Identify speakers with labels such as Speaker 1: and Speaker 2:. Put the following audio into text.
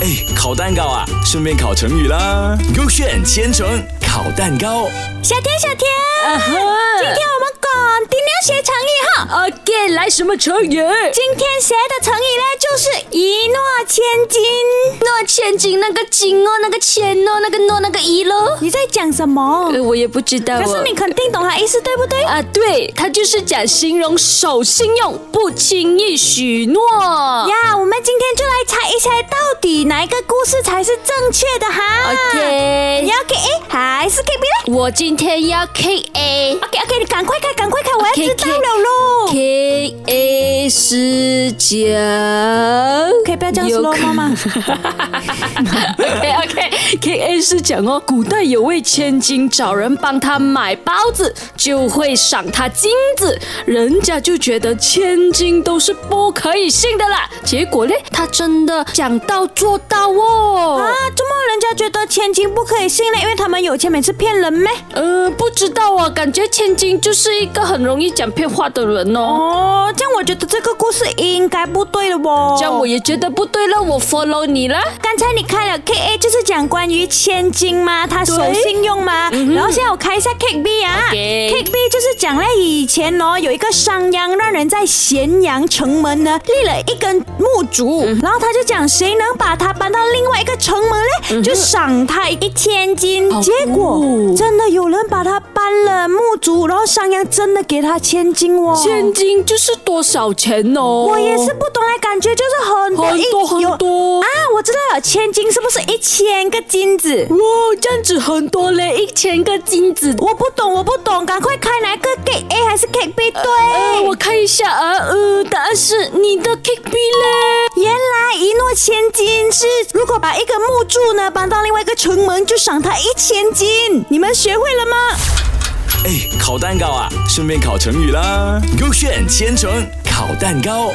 Speaker 1: 哎，烤蛋糕啊，顺便烤成语啦。勾选千层烤蛋糕，
Speaker 2: 小天，小天，
Speaker 3: 啊哈
Speaker 2: 今天我们肯定要学成语哈。
Speaker 3: ，OK，来什么成语？
Speaker 2: 今天学的成语呢，就是一诺千金。
Speaker 3: 那千金那个金哦，那个千哦，那个诺那个一喽。
Speaker 2: 你在讲什么？
Speaker 3: 呃，我也不知道、哦。
Speaker 2: 可是你肯定懂它意思，对不对？
Speaker 3: 啊，对，他就是讲形容守信用，不轻易许诺。
Speaker 2: 呀，我们今天就来猜一猜，到底哪一个故事才是正确的哈
Speaker 3: OK
Speaker 2: 你要 K A 还是 K B 呢
Speaker 3: 我今天要 K A。
Speaker 2: ？OK OK，你赶快开，赶快开，我要
Speaker 3: OK，
Speaker 2: 知道了喽。
Speaker 3: K A 是讲，
Speaker 2: 可以不要这样
Speaker 3: 有
Speaker 2: slow
Speaker 3: 可
Speaker 2: 吗？
Speaker 3: OK OK K A 是讲哦，古代有位千金找人帮他买包子，就会赏他金子，人家就觉得千金都是不可以信的啦。结果呢，他真的讲到做到哦。
Speaker 2: 啊，怎么人家觉得千金不可以信呢？因为他们有钱，每次骗人咩？
Speaker 3: 呃，不知道啊，感觉千金就是一个很容易讲骗话的人哦。
Speaker 2: 哦，这样我觉得这个故事应该不对了哦。
Speaker 3: 这样我也觉得不对了，我 follow 你啦。
Speaker 2: 刚才你开了 K A，就是讲关于千金嘛，他守信用嘛。然后现在我开一下 K B 啊
Speaker 3: OK
Speaker 2: ，K B 就是讲嘞，以前哦有一个商鞅，让人在咸阳城门呢立了一根木竹，
Speaker 3: 嗯
Speaker 2: 然后他就讲谁能把它搬到另外一个城门
Speaker 3: 嗯
Speaker 2: 嘞，就赏他一千金。
Speaker 3: 好
Speaker 2: 结果
Speaker 3: 酷
Speaker 2: 真的有人把他搬了木竹，然后商鞅真的给他千金哦。
Speaker 3: 千金就是多少钱哦？
Speaker 2: 我也是不懂哎，感觉就是很多
Speaker 3: 很多
Speaker 2: 一有
Speaker 3: 很多
Speaker 2: 啊！我知道了，千金是不是一千个金子？
Speaker 3: 哇，这样子很多嘞，一千个金子。
Speaker 2: 我不懂，我不懂，赶快开哪一个 K A 还是 K B 对？
Speaker 3: 呃，我看一下啊，呃，答案是你的 K B 嘞。
Speaker 2: 原来一诺千金是如果把一个木柱呢搬到另外一个城门，就赏他一千金。你们学会了吗？
Speaker 1: 哎，烤蛋糕啊，顺便烤成语啦。勾选千层烤蛋糕。